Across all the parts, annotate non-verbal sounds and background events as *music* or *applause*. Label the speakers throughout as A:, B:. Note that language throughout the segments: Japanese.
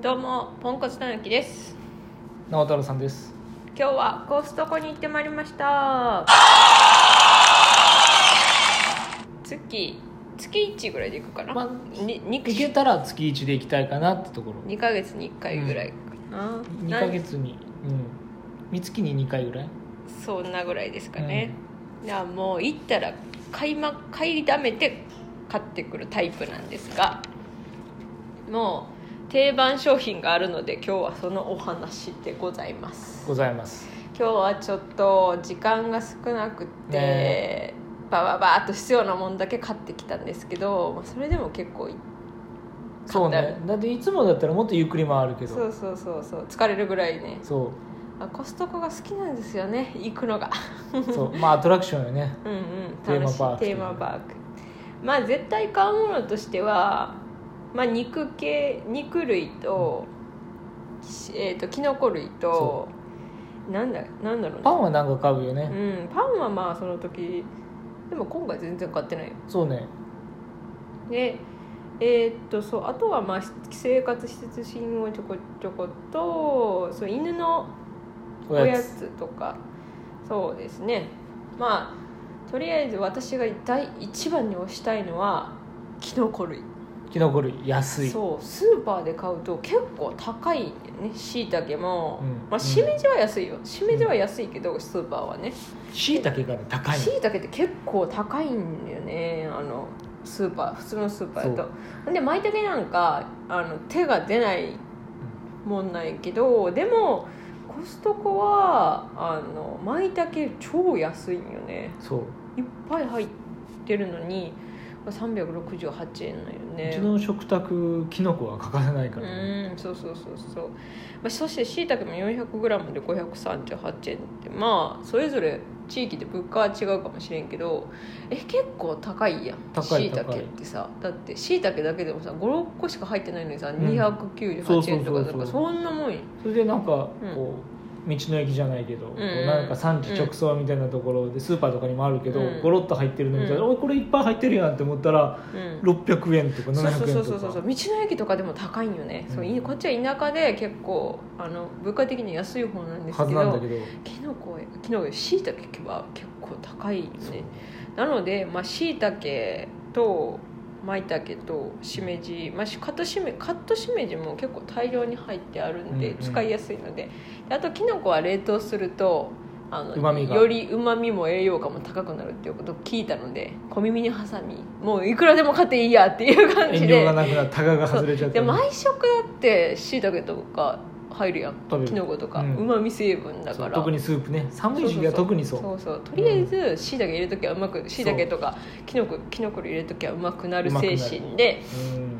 A: どうもポンコツたぬきです
B: 直太朗さんです
A: 今日はコストコに行ってまいりました月月1ぐらいで行くかな、
B: まあ
A: にに
B: 行けたら月1で行きたいかなってところ
A: 2ヶ月に1回ぐらいかな、
B: 2
A: な
B: ヶ月にうん三月に2回ぐらい
A: そんなぐらいですかね、いやもう行ったら買い,、ま、買いだめて買ってくるタイプなんですがもう定番商品があるので今日はそのお話でございます
B: ございます
A: 今日はちょっと時間が少なくて、
B: ね
A: バババーっと必要なもんだけ買ってきたんですけど、まあ、それでも結構い
B: そう
A: 買っ
B: ね
A: た
B: だっていつもだったらもっとゆっくり回るけ
A: そ
B: ど
A: うそうそうそう疲れるぐらいね
B: そ
A: あコストコが好きなんですよね行く
B: *laughs*
A: のが
B: うそうまあアトラクションよね
A: うんうん
B: テーマ
A: 楽しい
B: パーク
A: テーマパークまあ絶対買うものとしては、まあ、肉系肉類と,、えー、とキノコ類と
B: そ
A: なんだなんだろう
B: パンはなんか買うよね
A: うん、パンはまあその時でも今回全然買ってないよ
B: そうね
A: でえーっとそうあとはまあ生活必需品をちょこちょことそう犬の
B: お
A: お
B: や
A: や
B: つ
A: つとかそうですねまあとりあえず私が第一番に推したいのはキノコ類
B: キノコ類安い
A: そうスーパーで買うと結構高いんだよねしいたけも、
B: うん
A: まあ、しめじは安いよしめじは安いけど、スーパーはね
B: しいたけがね高いの
A: しいたけって結構高いんだよねあのスーパー普通のスーパーだとほんでまいたけなんかあの手が出ないもんないけどでもコストコはあのまいたけ超安いんよね
B: そう
A: いっぱい入ってるのに368円なんよね
B: うちの食卓キノコは欠かせないからね
A: うんそうそうそうそう、まあ、そしてしいたけも 400g で538円ってまあそれぞれ地域で物価は違うかもしれんけどえ結構高いやん
B: 高い
A: しいたけってさだってしいたけだけでもさ56個しか入ってないのにさ、298円とか
B: そうそうそうそう
A: なんかそんなもんやん
B: それでなんか
A: うん
B: こう道の駅じゃないけど、こう
A: うん
B: なんか産地直送みたいなところでスーパーとかにもあるけど、
A: うん
B: ゴロッと入ってるの見たら、
A: うん
B: おいこれいっぱい入ってるやんって思ったら
A: うん
B: 600円とか
A: そうそう
B: 700
A: そ
B: 円
A: うそうそ
B: と
A: う道
B: か
A: の駅とかでも高いんよね、そういこっちは田舎で結構あの物価的に安い方なんです
B: は
A: け
B: ずなん
A: ど
B: だけど
A: きのこきのこしいたけは結構高いよ
B: そう
A: ねなのでまあしいたけとまいたけとしめじ、まあ、しカットしめカットしめじも結構大量に入ってあるんで、
B: うんうん
A: 使いやすいのでであときのこは冷凍するとあの
B: 旨味が
A: よりうまみも栄養価も高くなるっていうことを聞いたので小耳に挟みもういくらでも買っていいやっていう感じ
B: 遠
A: で
B: 慮がなくなタガが外れちゃって
A: で毎食だってしいたけとか入るやん
B: 食べる
A: きのことか
B: うん
A: うま、み成分だ
B: そ
A: か
B: う
A: ら
B: 特にスープね寒い時期は特にそう
A: そうそうとりあえずしいたけ入れる時はうまくしいたけとかきのこきのこ入れる時はうまくなる
B: うまくな
A: 精
B: る
A: 神で
B: うん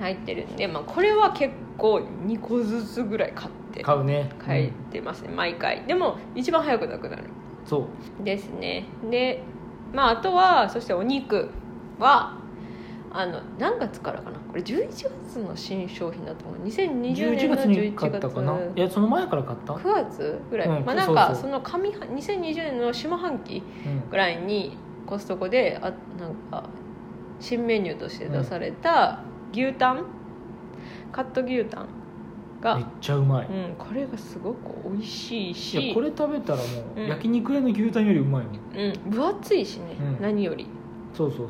A: 入ってるんで、まあ、これは結構2個ずつぐらい買って
B: 買うね
A: 買っ
B: うん
A: てますね毎回でも一番早くなくなる
B: そう
A: ですねでまああとはそしてお肉はあの何月からかなこれ11月の新商品だと思う2020
B: 11
A: 年の
B: 月に
A: 11
B: 買ったかないやその前から買った、うん
A: 9月ぐらい、
B: うん
A: まあなんか
B: そうそう
A: その上半2020年の下半期ぐらいにコストコであなんか新メニューとして出された牛タン、カット牛タン
B: めっ
A: が、
B: ちゃうまい、
A: うん、これがすごく美味しい
B: い
A: し
B: やこれ食べたらもう、
A: うん
B: 焼肉屋の牛タンよりうまいもん
A: うん、分厚いしね、
B: うん
A: 何より
B: そうそうそう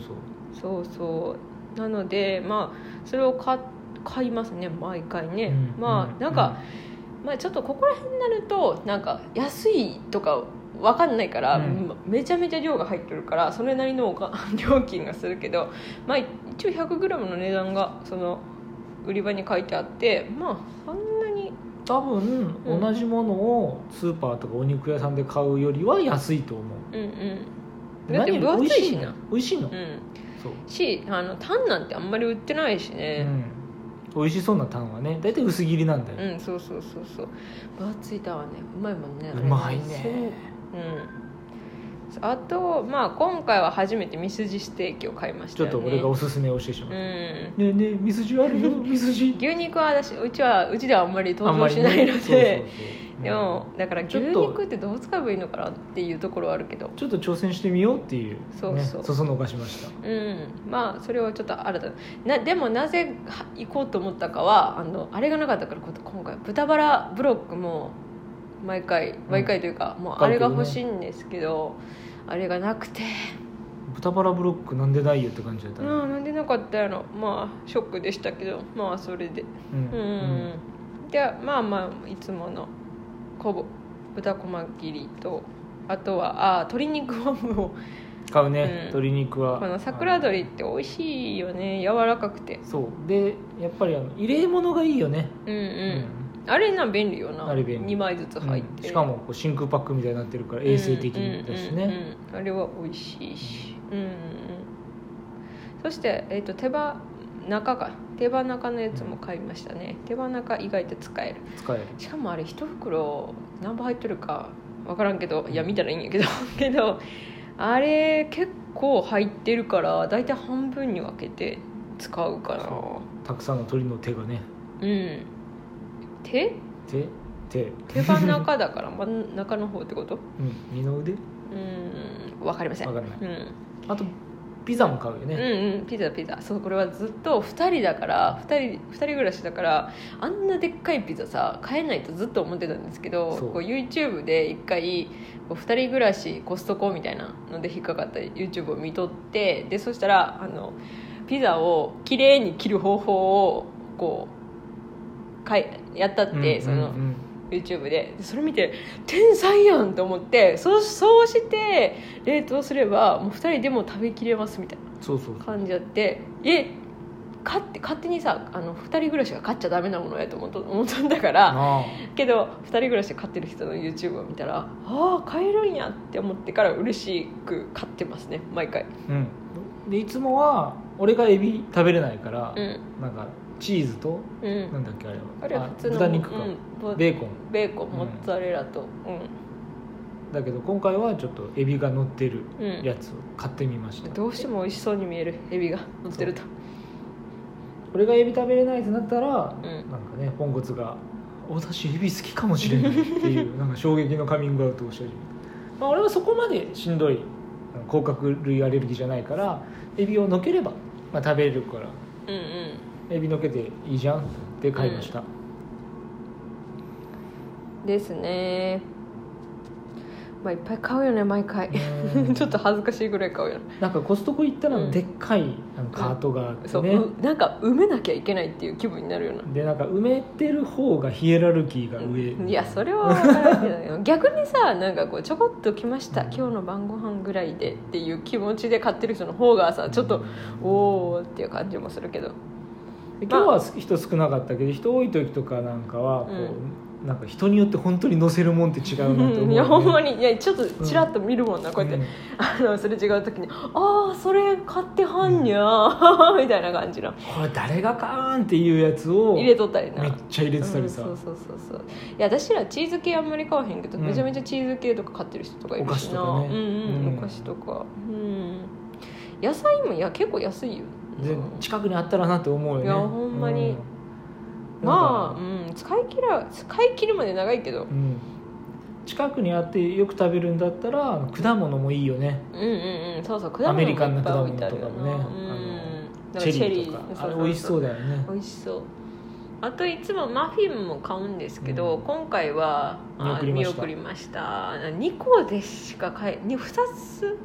A: そうそうなのでまあそれを買買いますね毎回ね、
B: うん
A: ま
B: うん
A: あなんか、まあ、ちょっとここら辺になるとなんか安いとかわかんないから、
B: うん
A: めちゃめちゃ量が入ってるからそれなりのおか *laughs* 料金がするけど、まあ、一応 100g の値段がその売り場に書いてあってまあそんなに
B: 多分
A: うん
B: 同じものをスーパーとかお肉屋さんで買うよりは安いと思う
A: うんうんだって分厚いしな
B: 美味しいの、
A: うん
B: そう、
A: しあのタンなんてあんまり売ってないしね、
B: うん、美味しそうなタンはね大体薄切りなんだよ、
A: うんそうそうそうそう分厚いタワーねうまいもんねあれ
B: うまい
A: そう
B: ね
A: うんあとまあ今回は初めてミスジステーキを買いまし
B: ち
A: た
B: ょっ
A: よ、ね、
B: と俺がおすすめをしてしま
A: う
B: う、ね
A: ん
B: えねえミスジあるよミスジ
A: 牛肉は私うちはうちではあんまり
B: あん
A: 登
B: ま
A: 場
B: り
A: し
B: ね
A: ないので、
B: そう
A: でもだから
B: ち
A: 牛
B: ょっと
A: 肉ってどう使えばいいのかなっていうところはあるけど
B: ちょっと挑戦してみようっていう、ね、
A: そうそう
B: そそのかしました
A: うんまあそれはちょっと新たななでもなぜは行こうと思ったかはあのあれがなかったからこと今回豚バラブロックも毎回毎回というか、もうあれが欲しいんですけどあれがなくて
B: 豚バラブロックなんでないよって感じだった
A: う
B: ね
A: んなんでなかったやろまあショックでしたけどまあそれで
B: うん
A: うん、じゃあまあまあいつもの昆布豚こま切りとあとはあー鶏肉はもう
B: 買うね、
A: うん
B: 鶏肉は
A: この桜鶏って美味しいよね柔らかくて
B: あのそうでやっぱりあの入れ物がいいよね、
A: うん
B: う
A: うん、あれな便利よな
B: あれ便利
A: 2枚ずつ入って、
B: うんしかもこう真空パックみたいになってるから衛生的だし
A: うんうん
B: ね
A: うんうんあれは美味しいしうんうんそして、えー、と手羽中か手羽中のやつも買いましたね手羽中意外と使える
B: 使える
A: しかもあれ一袋何本入ってるか分からんけどいや見たらいいんやけど *laughs* けどあれ結構入ってるから大体半分に分けて使うかな
B: そたくさんの鶏の手がね
A: うん手
B: 手手、
A: 手羽中だから真ん中の方ってこと
B: うん、二の腕
A: うん分かりません
B: わかんない
A: うん
B: あとピザも買うよね、
A: うんうんピザピザそうこれはずっと2人だから2人二人暮らしだからあんなでっかいピザさ買えないとずっと思ってたんですけど
B: そう
A: こう YouTube で1回こう2人暮らしコストコみたいなので引っかかった YouTube を見とってでそしたらあのピザをきれいに切る方法をこうかいやったって、
B: うん
A: その
B: うんうん
A: YouTube ででそれ見て天才やんと思ってそうそうして冷凍すればもう2人でも食べきれますみたいな。
B: そうそうそう
A: 感じやってえ勝手勝手にさあの2人暮らしが買っちゃダメなものやと思っと思っとんだから
B: ああ
A: けど2人暮らしで買ってる人の YouTube を見たらああ買えるんやって思ってから嬉しく買ってますね毎回
B: うんでいつもは俺がエビ食べれないから、
A: うん
B: なんかチーズと
A: うん
B: なんだっけあれは
A: あれは普通の
B: あ豚肉か、
A: うんぼ
B: ベーコン
A: ベーコン
B: うん
A: モッツァレラと
B: だけど今回はちょっとエビが乗ってる
A: うん、うん
B: やつを買ってみました、
A: どうしても美味しそうに見えるエビが乗ってると
B: 俺がエビ食べれないってなったら、
A: ん
B: なんかねポンコツが「私エビ好きかもしれない」ってい
A: *laughs*
B: うなんか衝撃のカミングアウトをし始めた、まあ、俺はそこまでしんどい甲殻類アレルギーじゃないからエビをのければ、まあ、食べれるから
A: うんうん
B: エビのけていいじゃんって買いました、
A: ですねまあいっぱい買うよね毎回
B: う
A: *laughs*
B: ん
A: ちょっと恥ずかしいぐらい買うよね
B: なんかコストコ行った
A: うん
B: らでっかいあのカートがあって
A: そう、
B: ね、
A: うなんか埋めなきゃいけないっていう気分になるような
B: でなんか埋めてる方がヒエラルキーが上、
A: いやそれは分からんけどね逆にさなんかこうちょこっと来ました今日の晩ご飯ぐらいでっていう気持ちで買ってる人の方がさちょっとおおっていう感じもする
B: *laughs*
A: けど
B: で今日は人少なかったけど人多い時とかなんかはこう、なんか人によって本当に乗せるもんって違うなと思う、
A: うん *laughs*
B: ね、
A: いやほんまにいやちょっとちらっと見るもんなこうやって、あのすれ違う時に「ああそれ買ってはんにゃー」 *laughs* みたいな感じの
B: これ誰が買うんっていうやつを
A: 入れとったりな
B: めっちゃ入れてたり
A: うん
B: さ、
A: そうそうそうそういや私らチーズ系あんまり買わへんけど、
B: うん
A: めちゃめちゃチーズ系とか買ってる人とかいるしな
B: お菓
A: う
B: 子とかね
A: んうん、
B: うん
A: お菓子とかうん野菜もいや結構安いよ
B: で
A: うん
B: 近くにあったらなって思うよね
A: いやほんまにまあ、うん、使い切ら使い切るまで長いけど
B: あ、うん、近くにあってよく食べるんだったら果物もいいよね
A: うんうんうんそうそう果物
B: ア
A: もい
B: メ
A: っ
B: リ
A: ぱ
B: カ
A: い
B: ンな果物
A: 置いてあるよな
B: とかもね
A: うん
B: あの
A: なんか
B: チェリーとか
A: チェ
B: あれ美味しそうだよね
A: 美味しそうあといつもマフィンも買うんですけど、
B: うん
A: 今回はあ
B: 見送
A: 見
B: り
A: ました2個でしか買え 2, つ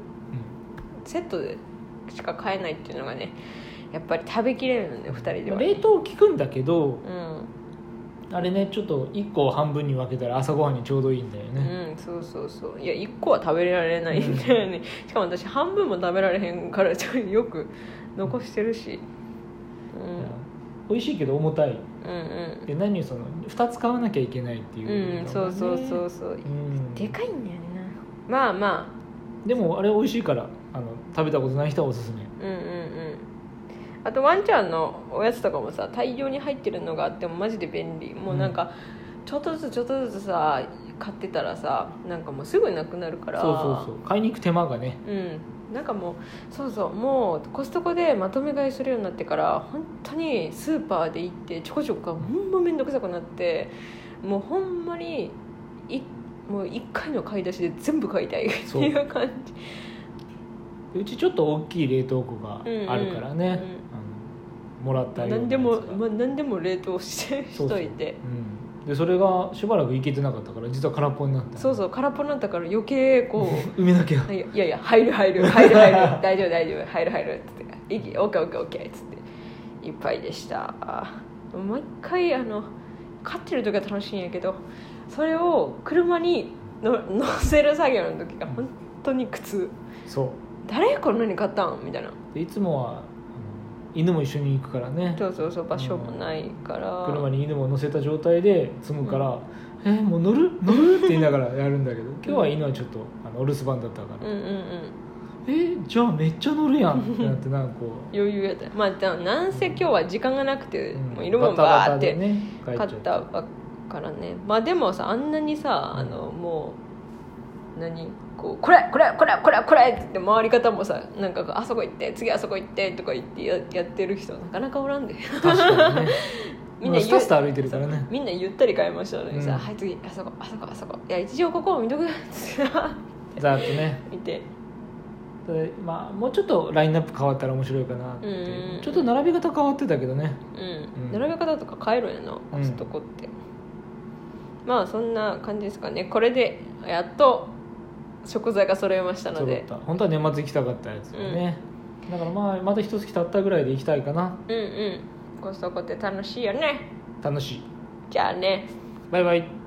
A: セットでしか買えないっていうのがねやっぱり食べきれるのね2人で
B: うん
A: は
B: 冷凍効くんだけど
A: うん、
B: あれねちょっと1個を半分に分けたら朝ごはんにちょうどいいんだよね、
A: うん、そうそうそういや1個は食べられないんだよね、 *laughs* しかも私半分も食べられへんからちょっとよく残してるし、う
B: 美味しいけど重たい
A: ん、うんうん
B: で何よりその2つ買わなきゃいけないっていうのがね、
A: うんそうそうそうそう
B: うん
A: でかいんだよねまあまあ
B: でもあれ美味しいからあの食べたことない人はおすすめ
A: うんうんうんあとワンちゃんのおやつとかもさ大量に入ってるのがあってもマジで便利もうなんか、ちょっとずつちょっとずつさ買ってたらさなんかもうすぐなくなるから
B: そうそうそう買いに行く手間がね
A: うんなんかもうそうそうもうコストコでまとめ買いするようになってから本当にスーパーで行ってちょこちょこがほんま面倒くさくなってもうほんまにいもう1回の買い出しで全部買いたいっていう感じ
B: うちちょっと大きい冷凍庫があるか
A: うん
B: らね、
A: うんうん
B: あのもらったようなや
A: 何
B: つが
A: でも、まあ、何でも冷凍して
B: そう
A: し
B: そう
A: といて
B: うん、でそれがしばらくいけてなかったから実は空っぽになった
A: そうそう空っぽになったから余計こう
B: *laughs*
A: *laughs*
B: 埋めなきゃ
A: いやいや入る入る入る
B: *laughs*
A: 入る大丈夫大丈夫入る入るっつって「いきオッケーオッケーオッケー」っつっていっぱいでした毎回あの飼ってる時は楽しいんやけどそれを車にの乗せる作業の時が本当に苦痛
B: そう
A: 誰こんなに買ったんみたいな
B: でいつもはあの犬も一緒に行くからね
A: そうそうそう場所もないから
B: 車に犬も乗せた状態で積むから「えもう乗る乗る?」って言いながらやるんだけ
A: *laughs*
B: ど今日は犬はちょっとあのお留守番だったか
A: うんう
B: ら
A: んうん
B: 「えじゃあめっちゃ乗るやん」っ
A: *laughs*
B: てなってなんかこう
A: 余裕やったまあでもなんせ今日は時間がなくて、
B: うん
A: もう色もバーって
B: バタバタでね帰っち
A: 買
B: ゃ
A: ったばっからねまあでもさあんなにさあのもう何こう「これこれこれこれこれ!」って言って回り方もさなんかこうあそこ行って次あそこ行ってとか言ってややってる人なかなかおらんで
B: 確かにね
A: *laughs* み
B: み
A: ん
B: ん
A: な言
B: な
A: う
B: スタスタ歩いてるからね
A: みんなゆったり買いましたのにさ「
B: うん
A: はい次あそこあそこあそこいや一応ここを見とく」っ *laughs* つって
B: ざーっとね
A: 見て
B: でまあもうちょっとラインナップ変わったら面白いかなっていう
A: うん
B: ちょっと並び方変わってたけどね
A: うん、
B: うん
A: 並べ方とか変えるんやな
B: うん
A: コストコって、まあそんな感じですかねこれでやっと食材が揃えましたの
B: 揃っ
A: で
B: た本当は年末行きたかったやつよね、だからまあまた一月経ったぐらいで行きたいかな
A: うんうんコストコって楽しいよね
B: 楽しい
A: じゃあね
B: バイバイ